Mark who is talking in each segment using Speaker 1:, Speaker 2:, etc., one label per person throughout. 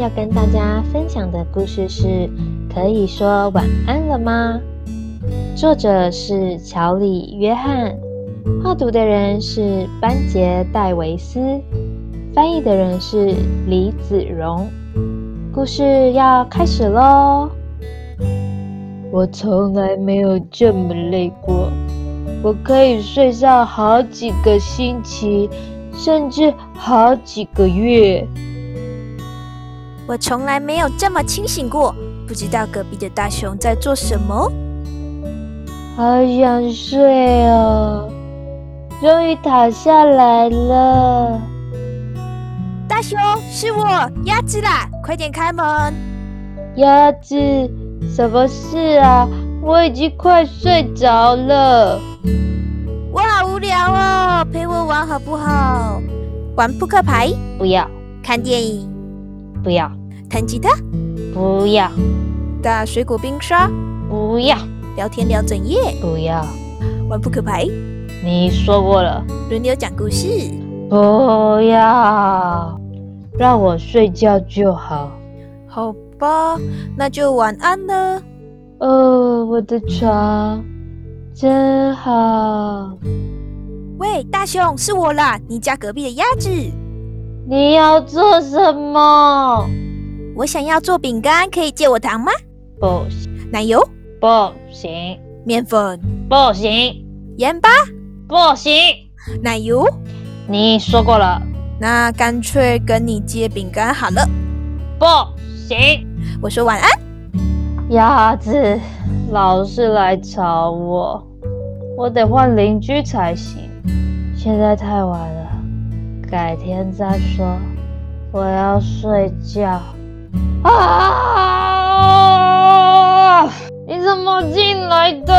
Speaker 1: 要跟大家分享的故事是《可以说晚安了吗》，作者是乔里·约翰，画图的人是班杰·戴维斯，翻译的人是李子荣。故事要开始喽！
Speaker 2: 我从来没有这么累过，我可以睡上好几个星期，甚至好几个月。
Speaker 3: 我从来没有这么清醒过，不知道隔壁的大熊在做什么。
Speaker 2: 好想睡哦，终于躺下来了。
Speaker 3: 大熊，是我，鸭子啦！快点开门！
Speaker 2: 鸭子。什么事啊？我已经快睡着了，
Speaker 3: 我好无聊哦，陪我玩好不好？玩扑克牌？
Speaker 2: 不要。
Speaker 3: 看电影？
Speaker 2: 不要。
Speaker 3: 弹吉他？
Speaker 2: 不要。
Speaker 3: 打水果冰沙？
Speaker 2: 不要。
Speaker 3: 聊天聊整夜？
Speaker 2: 不要。
Speaker 3: 玩扑克牌？
Speaker 2: 你说过了。
Speaker 3: 轮流讲故事？
Speaker 2: 不要。哦让我睡觉就好。
Speaker 3: 好。吧，那就晚安了。
Speaker 2: 哦，我的床真好。
Speaker 3: 喂，大熊，是我啦，你家隔壁的鸭子。
Speaker 2: 你要做什么？
Speaker 3: 我想要做饼干，可以借我糖吗？
Speaker 2: 不行。
Speaker 3: 奶油？
Speaker 2: 不行。
Speaker 3: 面粉？
Speaker 2: 不行。
Speaker 3: 盐巴？
Speaker 2: 不行。
Speaker 3: 奶油？
Speaker 2: 你说过了。
Speaker 3: 那干脆跟你借饼干好了。
Speaker 2: 不行。
Speaker 3: 我说晚安，
Speaker 2: 鸭子老是来吵我，我得换邻居才行。现在太晚了，改天再说。我要睡觉。啊！你怎么进来的？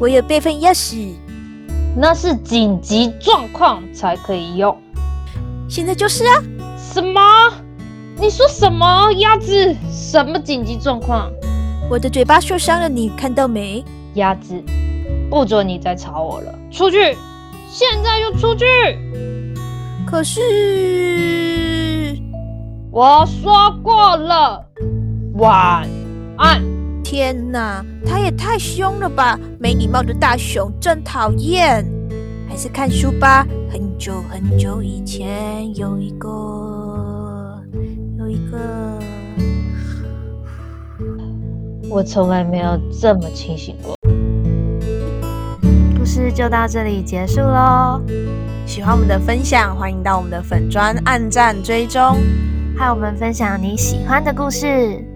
Speaker 3: 我有备份钥匙，
Speaker 2: 那是紧急状况才可以用。
Speaker 3: 现在就是啊。
Speaker 2: 什么？你说什么？鸭子？什么紧急状况？
Speaker 3: 我的嘴巴受伤了，你看到没？
Speaker 2: 鸭子，不准你再吵我了！出去，现在就出去！
Speaker 3: 可是
Speaker 2: 我说过了，晚安。
Speaker 3: 天哪，他也太凶了吧！没礼貌的大熊，真讨厌。还是看书吧。很久很久以前，有一个。有一个，
Speaker 2: 我从来没有这么清醒过。
Speaker 1: 故事就到这里结束喽。
Speaker 3: 喜欢我们的分享，欢迎到我们的粉砖按赞追踪，
Speaker 1: 和我们分享你喜欢的故事。